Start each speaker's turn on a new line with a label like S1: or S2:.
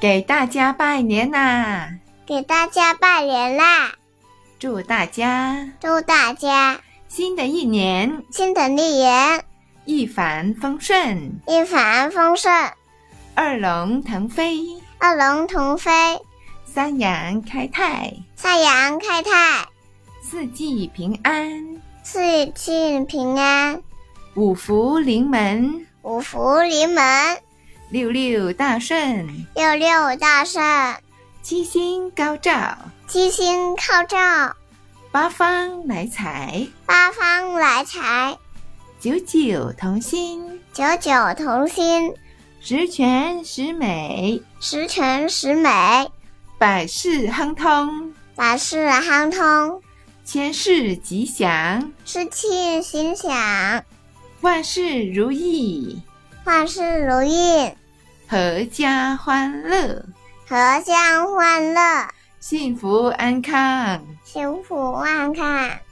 S1: 给大家拜年啦、
S2: 给大家拜年啦！
S1: 祝大家
S2: 祝大家
S1: 新的一年
S2: 新的一年
S1: 一帆风顺，
S2: 一帆风顺，
S1: 二龙腾飞，
S2: 二龙腾飞，
S1: 三阳开泰，
S2: 三阳开泰，
S1: 四季平安，
S2: 四季平安，
S1: 五福临门，
S2: 五福临门，
S1: 六六大顺，
S2: 六六大顺，
S1: 七星高照，
S2: 七星靠照，
S1: 八方来财，
S2: 八方来财，
S1: 九九同心，
S2: 九九同心，
S1: 十全十美，
S2: 十全十美，
S1: 百事亨通，
S2: 百事亨通，
S1: 千事吉祥，
S2: 事气心想，
S1: 万事如意，
S2: 万事如意，
S1: 阖家欢乐，
S2: 阖家欢乐，
S1: 幸福安康。
S2: 幸福万看。